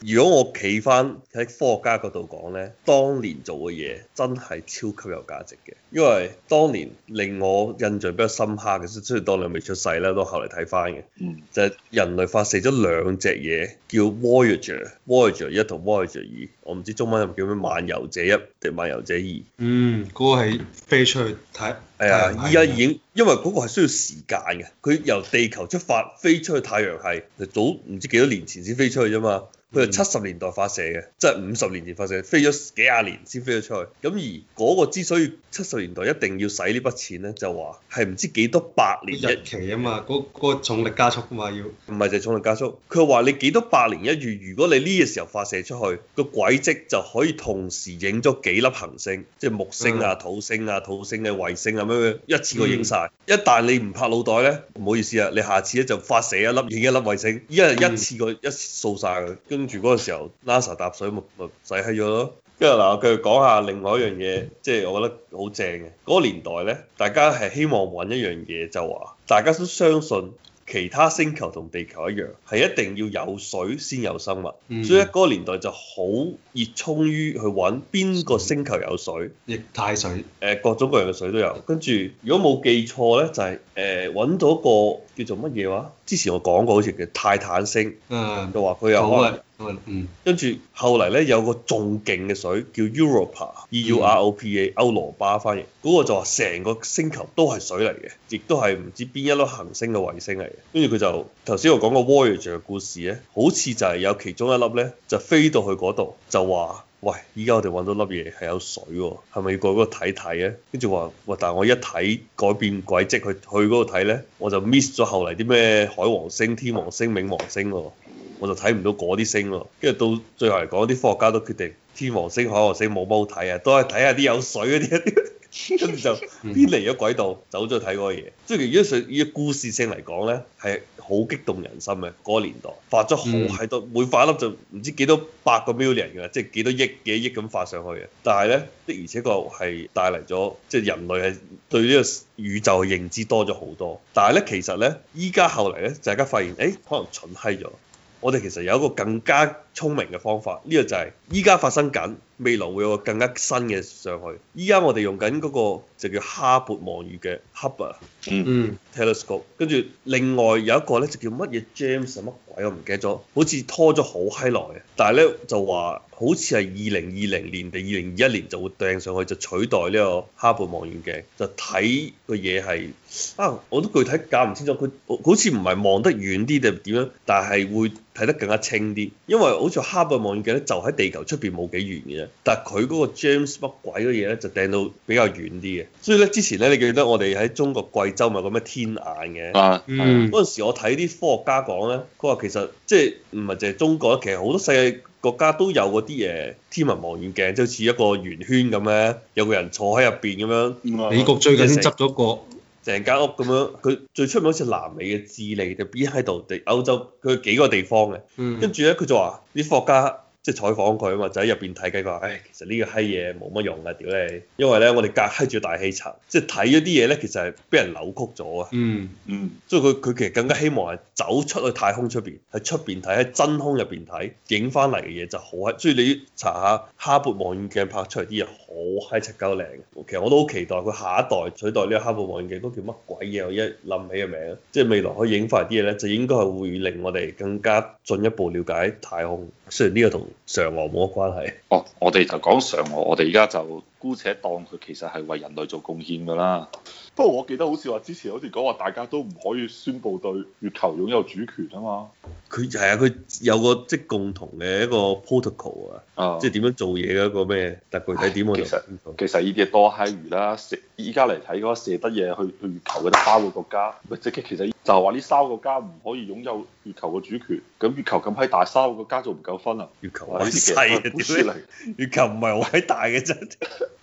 如果我企翻喺科學家角度講呢，當年做嘅嘢真係超級有價值嘅，因為當年令我印象比較深刻嘅，雖然當年未出世啦，都後嚟睇翻嘅，嗯就係人類發射咗兩隻嘢，叫 Voyager，Voyager 一同 Voyager 二，我唔知中文叫咩，漫遊者一定漫遊者二。嗯，嗰、個係飛出去睇。係啊，依太陽系家嘅已經因為嗰個係需要時間嘅，佢由地球出發飛出去太陽系，就早唔知幾多年前先飛出去啫嘛。佢係七十年代發射嘅，即係五十年前發射，飛咗幾廿年先飛咗出去。咁而嗰個之所以七十年代一定要使呢筆錢咧，就話係唔知幾多百年一日期啊嘛，嗰、嗰個重力加速啊嘛要。唔係就係重力加速，佢話你幾多百年一遇，如果你呢個時候發射出去，個軌跡就可以同時影咗幾粒行星，即係木星啊、土星啊、土星嘅衛星啊，咩咩一次過影晒。一旦你唔拍腦袋呢，唔好意思啊，你下次咧就發射一粒影一粒衛星，依家就一次過一次掃晒佢，跟住嗰個時候 NASA 搭水咪咪使閪咗咯。跟住嗱，我繼續講下另外一樣嘢，即係我覺得好正嘅。嗰個年代呢，大家係希望揾一樣嘢，就話大家都相信其他星球同地球一樣，係一定要有水先有生物。嗯所以喺嗰個年代就好熱衷於去揾邊個星球有水，液態水。誒、各種各樣嘅水都有。跟住如果冇記錯呢，就係誒揾到個叫做乜嘢話？之前我講過好似叫泰坦星，嗯。就話佢有好可能啊，好啊嗯。跟住後嚟咧有個仲勁嘅水叫 Europa，E U R O P A，歐羅巴翻譯，嗰、個就話成個星球都係水嚟嘅，亦都係唔知邊一粒行星嘅衛星嚟嘅。跟住佢就頭先我講個 Voyager 嘅故事咧，好似就係有其中一粒咧就飛到去嗰度，就話。喂，依家我哋揾到粒嘢係有水喎、係咪要過嗰度睇睇咧？跟住話，喂，但係我一睇改變軌跡去去嗰度睇咧，我就 miss 咗後嚟啲咩海王星、天王星、冥王星喎、我就睇唔到嗰啲星咯。跟住到最後嚟講，啲科學家都決定天王星、海王星冇乜好睇啊，都係睇下啲有水嗰啲。跟住就偏離咗軌道，走咗去睇嗰個嘢。即係如果上以故事性嚟講咧，係好激動人心嘅嗰、個年代，發咗好閪多，每發一粒就唔知幾多百個 million 㗎啦，即係幾多億幾億咁發上去嘅。啊但係咧，的而且確係帶嚟咗即係人類係對呢個宇宙嘅認知多咗好多。但係咧，其實咧，依家後嚟咧，大家發現，誒、可能蠢閪咗。我哋其實有一個更加聰明嘅方法，呢、個就係依家發生緊，未來會有個更加新嘅上去。依家我哋用緊嗰個就叫哈勃望遠嘅 Hubble 嗯。 Telescope，跟住另外有一個咧就叫乜嘢 James 啊乜鬼我唔記得咗，好似拖咗好閪耐嘅，但係咧就話好似係二零二零年定二零二一年就會掟上去，就取代呢個哈勃望遠鏡，就睇個嘢係啊，我都具體搞唔清楚，佢好似唔係望得遠啲定點樣，但係會睇得更加清啲，因為好似哈勃望遠鏡咧就喺地球出邊冇幾遠嘅啫，但係佢嗰個 James 乜鬼嗰嘢咧就掟到比較遠啲嘅，所以咧之前咧你記得我哋喺中國貴州咪有個咩天眼嘅？啊，嗯。嗰陣時我睇啲科學家講咧，佢話其實即係唔係淨係中國，其實好多世界國家都有嗰啲誒天文望遠鏡，即係好似一個圓圈咁咧，有個人坐喺入邊咁樣，啊嗯美國最近執咗個。成間屋咁樣。佢最出名好似南美嘅智利定邊喺度地歐洲，佢有幾個地方嘅。嗯。跟住咧，佢就話啲科學家即係採訪佢啊嘛，就喺入邊睇計佢話，唉，其實呢個閪嘢冇乜用啊，屌你！因為咧，我哋隔閪住大氣層，即係睇咗啲嘢咧，其實係俾人扭曲咗啊。嗯。嗯所以佢佢其實更加希望係走出去太空出邊，喺出邊睇，喺真空入邊睇，影翻嚟嘅嘢就好閪。所以你查下哈勃望遠鏡拍出嚟啲嘢好閪柒鳩靚嘅。其實我都好期待佢下一代取代呢個哈勃望遠鏡嗰叫乜鬼嘢，我一諗起嘅名，啊即係未來可以影翻嚟啲嘢咧，就應該係會令我哋更加進一步了解太空。雖然呢個同嫦娥冇乜關係。哦，我哋就講嫦娥，我哋而家就姑且當佢其實係為人類做貢獻㗎啦。不過我記得好似話之前好似講話大家都唔可以宣佈對月球擁有主權啊嘛。佢係啊，佢有個即係共同嘅一個 protocol 啊，啊，即係點樣做嘢嘅一個咩，但具體點我就唔清楚。其實呢啲嘢多閪魚啦，射依家嚟睇嗰個射得嘢去去月球嘅得三個國家，咪即係其實就係話呢三個國家唔可以擁有月球嘅主權，咁月球咁閪大，三個國家仲唔夠分啊？月球哇！好呢啲其實都細係嘅，故屌事你嚟，月球唔係好閪大嘅啫，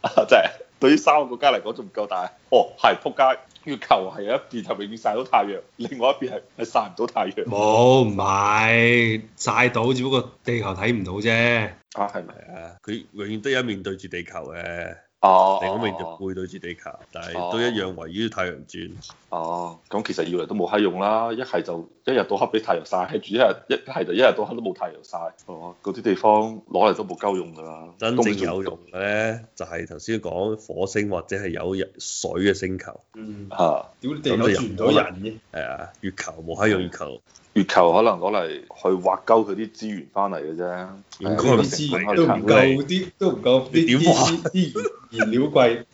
啊 真係對於三個國家嚟講仲唔夠大。哦，係撲街，月球係有一邊係永遠曬到太陽，另外一邊係係曬唔到太陽。冇，唔係曬到，只不過地球睇唔到啫。啊，係咪？係啊，佢永遠都有一面對住地球嘅，哦，你嗰面就背對住地球，但係都一樣圍繞住太陽轉。哦，咁其實要嚟都冇閪用啦，一係就一日到黑俾太陽曬住，一日一係就一日到黑都冇太陽曬。哦，嗰啲地方攞嚟都冇鳩用㗎啦，真冬正天仲有用嘅咧，就係頭先講火星或者係有人水嘅星球，嗯，嚇。屌地球轉唔到人嘅，係啊，月球冇閪用月球，月球可能攞嚟去挖鳩佢啲資源翻嚟嘅啫，應該啲唔資啊 係源啊都唔夠啲，都唔夠你啲點啲話啲啲燃燃料貴。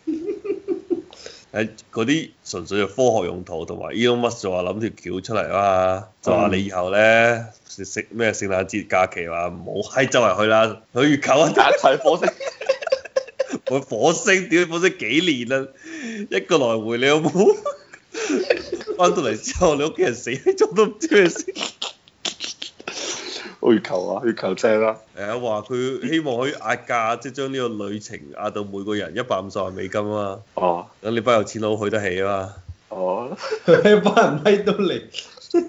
誒嗰啲純粹係科學用途，同埋 Elon Musk 就話諗條橋出嚟啊嘛，就話你以後咧食咩聖誕節假期話唔好閪周圍去啦，去月球啊，一齊火星。去火星，屌火星幾年啦，一個來回你有冇？ 翻到嚟之後，你屋企人死咗都唔知咩事。月球啊，月球正啊！誒話佢希望可以壓價，即係將呢個旅程壓到每個人一百五十萬美金啊嘛，哦等你班有錢佬去得起啊嘛。哦，佢一班人閪到嚟，啲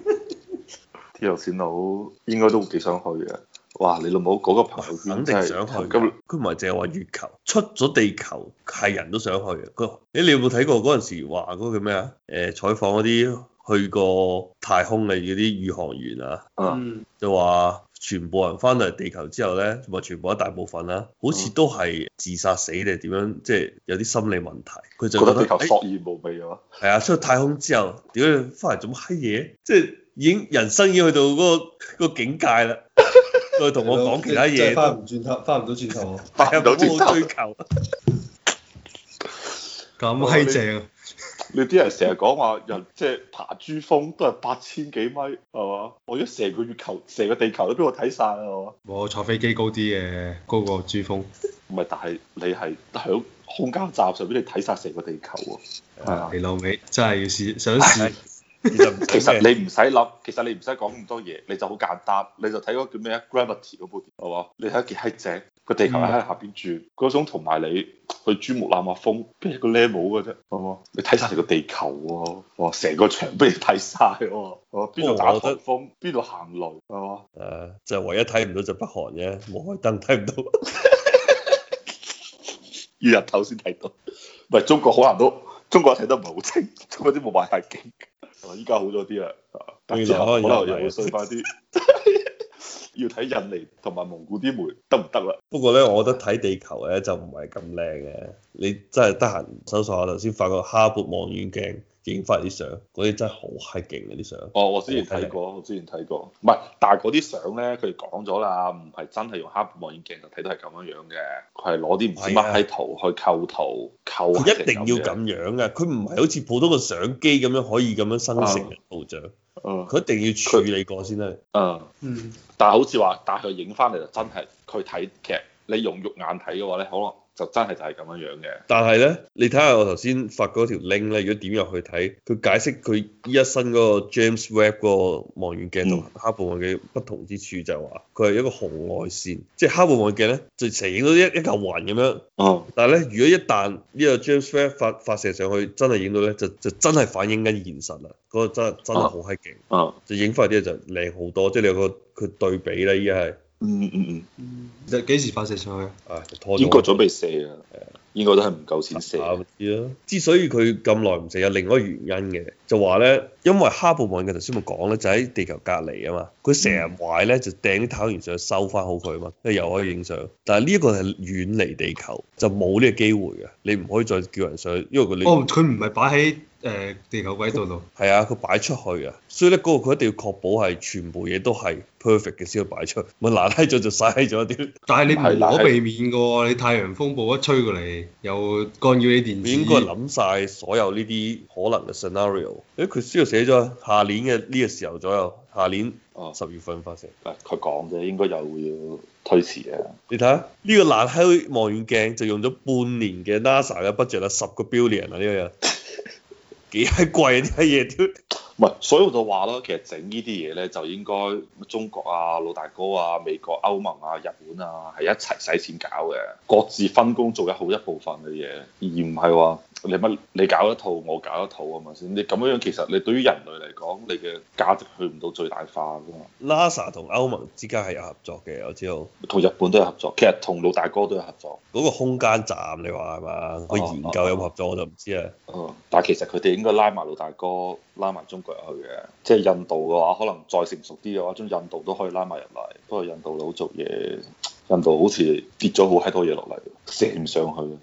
有錢佬應該都幾想去嘅。哇！你老母嗰個朋友圈肯定真係想去㗎。今佢唔係淨係話月球，出咗地球係人都想去嘅。佢你你有冇睇過嗰陣時話嗰個叫咩啊？誒、採訪嗰啲去過太空嘅嗰啲宇航員啊，啊嗯，就話全部人翻到嚟地球之後咧，同埋全部一大部分啦，好似嗯都係自殺死定係點樣，即係有啲心理問題。佢就覺覺得得地球誒索然無味啊！係啊，出去太空之後，屌你翻嚟做乜閪嘢？即係已經人生已經去到嗰、個嗰個境界 啦。佢同我講其他真係嘢，翻唔轉頭，翻唔到轉頭。大家翻唔到唔轉好頭追求。咁閪正啊！你啲人成日講話人即係爬珠峰都係八千幾米係嘛？我而家成個月球、成個地球都俾我睇晒啦係嘛？我坐飛機高啲嘅，高過珠峰。唔係，但係你係喺空間站上邊，你睇晒成個地球喎。係啊你老味真係要 試，想試。其其實你唔使諗，其實你唔使講咁多嘢，你就好簡單，你就睇嗰叫咩啊 Gravity 嗰部電影係嘛？你睇得幾閪正，個嗯地球喺下邊轉，嗰種同埋你去珠穆朗瑪峰邊一個 level 嘅啫，係嘛？你睇晒成個地球喎、哇！成個場俾你睇晒喎，係邊度打我覺得颱風，邊度行雷，係嘛？誒，呃就係唯一睇唔到就北韓啫，冇開燈睇唔到。 要日頭先睇到，唔係中國好難都，中國睇得唔係好清，中國啲霧霾太勁。啊依家好咗啲啦，啊但之後可能又會衰翻啲。 要睇印尼同埋蒙古啲梅得唔得啦？不過咧，我覺得睇地球咧就唔係咁靚嘅。你真係得閒搜索下頭先，發覺哈勃望遠鏡影翻啲相，嗰啲真係好閪勁嗰啲相。哦，我之前睇過，我之前睇過，唔係，但係嗰啲相咧，佢哋講咗啦，唔係真係用黑白望遠鏡就睇到係咁樣樣嘅，佢係啊攞啲唔知乜閪圖去構圖，構佢一定成要咁樣嘅，佢唔係好似普通嘅相機咁樣可以咁樣生成啊嘅圖像，樣。佢一定要處理過先得。嗯，嗯，但係好似話，但係佢影翻嚟就真係佢睇劇，你用肉眼睇嘅話咧，可能就真係就係咁樣樣嘅。但係咧，你睇下我頭先發嗰條 link 咧，如果點入去睇，佢解釋佢依一身嗰個 James Webb 嗰個望遠鏡同哈勃望遠鏡不同之處就係話，佢係一個紅外線，即係哈勃望遠鏡咧就成日影到一一嚿雲咁樣。嗯，但係咧，如果一旦呢個 James Webb 發發射上去，真係影到咧，就就真係反映緊現實啦。嗰、個真係真係好閪勁，嗯，就影翻啲嘢就靚好多，即係你有個佢對比啦，依家係嗯嗯就幾時發射上去啊？啊就嗯，拖咗英國準備射啊，英國都係唔夠錢射。啊知啦。之所以佢咁耐唔成，有另外一個原因嘅，就話咧，因為哈勃望遠鏡頭先咪講咧，就喺地球隔離啊嘛，佢成日壞咧就掟啲太空船上去收翻好佢啊嘛，跟住又可以影相。但係呢一個係遠離地球，就冇呢個機會嘅，你唔可以再叫人上去，因為佢你哦，佢唔係擺喺誒地球軌道度。係啊，佢擺出去啊，所以咧嗰個佢一定要確保係全部嘢都係 perfect 嘅先去擺出去，咪難閪咗就嘥咗啲，但係你係無啦可避免嘅喎，你太陽風暴一吹過嚟，又干擾你電佢子。應該諗晒所有呢啲可能嘅 scenario。誒，佢書度寫咗下年嘅呢個時候左右，下年哦，十月份發射。嗱佢講啫，應該又要推遲啊嘅。你睇下呢個爛閪望遠鏡就用咗半年嘅 NASA 嘅 budget 啦，十個 billion 啊呢個人，幾閪貴啊呢啲嘢屌！唔係，所以我就話啦，其實整呢啲嘢咧，就應該中國啊、老大哥啊、美國、歐盟啊、日本啊，係一齊使錢搞嘅，各自分工做一好一部分嘅嘢，而唔係話你乜你搞一套，我搞一套係咪先？你咁樣樣其實你對於人類嚟講，你嘅價值去唔到最大化㗎嘛。 NASA 同歐盟之間係有合作嘅，我知道同日本都有合作，其實同老大哥都有合作。嗰個空間站你話係嘛？佢研究有冇合作我就唔知啊啦。嗯，但係其實佢哋應該拉埋老大哥，拉埋中國入去嘅。即係印度嘅話，可能再成熟啲嘅話，將印度都可以拉埋入嚟。不過印度佬做嘢，印度好似跌咗好閪多嘢落嚟，射唔上去。